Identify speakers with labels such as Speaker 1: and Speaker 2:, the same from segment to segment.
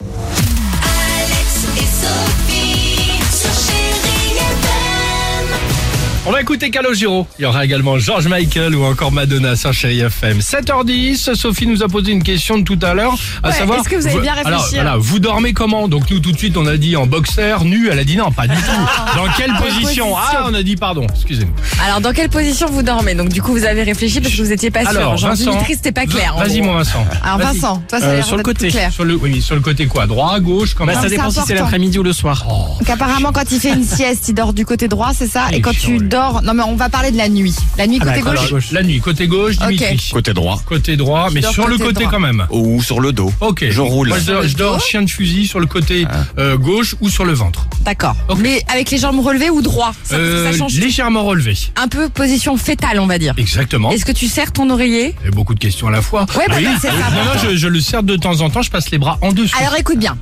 Speaker 1: Alex et Sophie sur Chérie FM.
Speaker 2: On va écouter Calogero. Il y aura également George Michael ou encore Madonna sur Chéri FM. 7h10, Sophie nous a posé une question de tout à l'heure, à
Speaker 3: Ouais,
Speaker 2: savoir...
Speaker 3: est-ce que vous avez bien
Speaker 2: Alors,
Speaker 3: réfléchi hein
Speaker 2: voilà, vous dormez comment Donc nous, tout de suite, on a dit en boxeur, nu, elle a dit non, pas du tout. Dans quelle
Speaker 3: Ah.
Speaker 2: position
Speaker 3: position
Speaker 2: Ah, on a dit pardon, excusez-nous.
Speaker 3: Alors, dans quelle position vous dormez Donc, du coup, vous avez réfléchi parce que vous n'étiez pas sûr.
Speaker 2: Alors,
Speaker 3: Genre,
Speaker 2: Vincent,
Speaker 3: Dimitri, c'était pas clair. en
Speaker 2: Vas-y,
Speaker 3: gros.
Speaker 2: mon Vincent.
Speaker 3: Alors,
Speaker 2: Vas-y.
Speaker 3: Vincent, toi, ça a
Speaker 4: Euh,
Speaker 3: l'air
Speaker 4: sur le
Speaker 3: d'être
Speaker 4: côté.
Speaker 3: clair.
Speaker 2: Sur le, oui, sur le côté quoi Droit, gauche, comment Oh.
Speaker 4: Bah,
Speaker 3: Non,
Speaker 4: ça dépend
Speaker 3: c'est
Speaker 4: si c'est
Speaker 3: important.
Speaker 4: l'après-midi ou le soir.
Speaker 3: Donc, apparemment, quand il fait une sieste, il dort du côté droit, c'est ça
Speaker 2: Il est
Speaker 3: Et quand
Speaker 2: chiant,
Speaker 3: tu
Speaker 2: lui.
Speaker 3: dors. Non, mais on va parler de la nuit. La nuit, côté
Speaker 2: Alors,
Speaker 3: gauche.
Speaker 2: Ah bah, La nuit, côté gauche,
Speaker 3: Ok.
Speaker 2: Dimitri.
Speaker 5: Côté droit.
Speaker 2: Côté droit, mais
Speaker 3: dors
Speaker 2: sur le
Speaker 3: côté
Speaker 2: côté
Speaker 3: droit.
Speaker 2: quand même.
Speaker 5: Ou sur le dos.
Speaker 2: Ok.
Speaker 5: Je roule. Ah.
Speaker 2: Moi, je, dors- je dors chien de fusil sur le côté euh, gauche ou sur le ventre.
Speaker 3: D'accord.
Speaker 2: Ok.
Speaker 3: Mais avec les jambes relevées ou droit ça,
Speaker 2: Euh,
Speaker 3: ça change.
Speaker 2: légèrement relevé.
Speaker 3: Un peu position fétale, on va dire.
Speaker 2: Exactement.
Speaker 3: Est-ce que tu serres ton oreiller
Speaker 2: Il y a beaucoup de questions à la fois.
Speaker 3: Ouais, bah, c'est ça.
Speaker 2: Non, non, je, je le serre de temps en temps, je passe les bras en dessous.
Speaker 3: Alors écoute bien.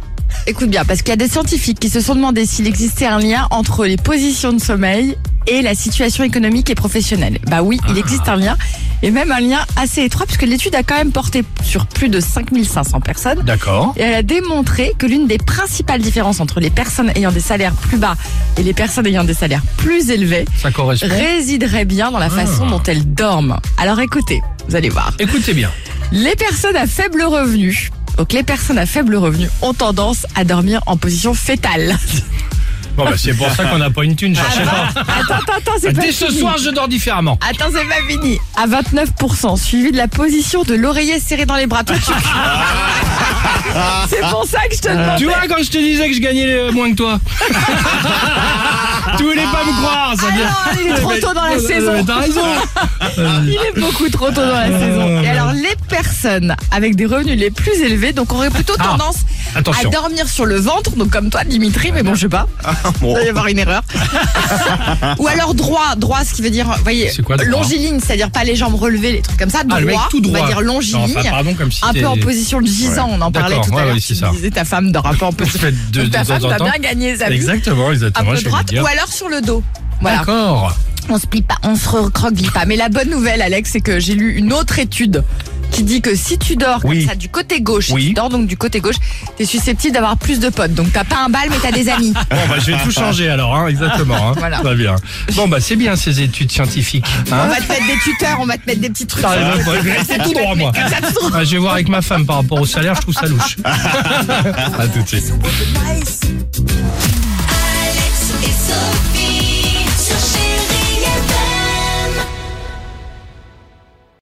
Speaker 3: Écoute bien, parce qu'il y a des scientifiques qui se sont demandé s'il existait un lien entre les positions de sommeil et la situation économique et professionnelle. Bah oui, il existe un lien, et même un lien assez étroit, puisque l'étude a quand même porté sur plus de 5500 personnes.
Speaker 2: D'accord.
Speaker 3: Et elle a démontré que l'une des principales différences entre les personnes ayant des salaires plus bas et les personnes ayant des salaires plus élevés
Speaker 2: Ça correspond.
Speaker 3: résiderait bien dans la façon dont elles dorment. Alors écoutez, vous allez voir.
Speaker 2: Écoutez bien.
Speaker 3: Les personnes à faible revenu. Donc les personnes à faible revenu ont tendance à dormir en position fétale.
Speaker 2: Bon, bah, c'est pour ça qu'on n'a pas une thune, cherchez pas.
Speaker 3: Attends, attends, attends, Ah, bah, c'est pas
Speaker 2: Dès ce
Speaker 3: fini.
Speaker 2: soir, je dors différemment.
Speaker 3: Attends, c'est pas fini. À 29%, suivi de la position de l'oreiller serré dans les bras. Toi, tu- c'est pour ça que je te demande.
Speaker 2: Tu vois, quand je te disais que je gagnais euh, moins que toi. tu voulais pas me croire, ça
Speaker 3: Ah
Speaker 2: vient.
Speaker 3: non, il est trop tôt dans la
Speaker 2: Euh,
Speaker 3: saison.
Speaker 2: T'as raison.
Speaker 3: Il est beaucoup trop tôt dans la
Speaker 2: Euh.
Speaker 3: saison. Et alors, les personnes avec des revenus les plus élevés, donc auraient plutôt
Speaker 2: Ah,
Speaker 3: tendance
Speaker 2: attention. Ah,
Speaker 3: à dormir sur le ventre, donc comme toi, Dimitri, mais bon, je sais pas. Il va y avoir une erreur. Ou alors droit, droit, ce qui veut dire, vous voyez,
Speaker 2: C'est quoi, droit
Speaker 3: longiligne, c'est-à-dire pas les jambes relevées, les trucs comme ça. Droit,
Speaker 2: Ah, le mec tout droit.
Speaker 3: on va dire
Speaker 2: Non,
Speaker 3: longiligne.
Speaker 2: enfin, pardon, comme si
Speaker 3: un
Speaker 2: t'es-
Speaker 3: peu en position de gisant, on en parlait
Speaker 2: D'accord,
Speaker 3: tout
Speaker 2: ouais,
Speaker 3: à l'heure.
Speaker 2: ouais,
Speaker 3: tu
Speaker 2: c'est ça.
Speaker 3: disais, ta femme dort un peu en position.
Speaker 2: Faites de,
Speaker 3: Donc, ta
Speaker 2: de
Speaker 3: femme,
Speaker 2: temps en
Speaker 3: t'as
Speaker 2: temps.
Speaker 3: bien gagné, ça
Speaker 2: Exactement,
Speaker 3: Un
Speaker 2: exactement.
Speaker 3: peu
Speaker 2: je vais vous
Speaker 3: droite
Speaker 2: dire.
Speaker 3: ou alors sur le dos. Voilà.
Speaker 2: D'accord.
Speaker 3: On se plie pas, on se recroqueville pas. Mais la bonne nouvelle, Alex, c'est que j'ai lu une autre étude qui dit que si tu dors comme
Speaker 2: Oui.
Speaker 3: ça du côté gauche,
Speaker 2: Oui.
Speaker 3: si tu dors donc du côté gauche, t'es susceptible d'avoir plus de potes. Donc t'as pas un bal, mais t'as des amis.
Speaker 2: Bon, bah, je vais tout changer alors, hein, exactement. Hein.
Speaker 3: Voilà.
Speaker 2: Très bien. Bon, bah, c'est bien ces études scientifiques.
Speaker 3: on
Speaker 2: Hein
Speaker 3: va te mettre des tuteurs, on va te mettre des petits trucs.
Speaker 2: Putain, je vais- je vais rester Ah, bah, tout droit, moi. Bah, Ah, je vais voir avec ma femme par rapport au salaire, je trouve ça louche. à tout de suite.
Speaker 1: So what the nice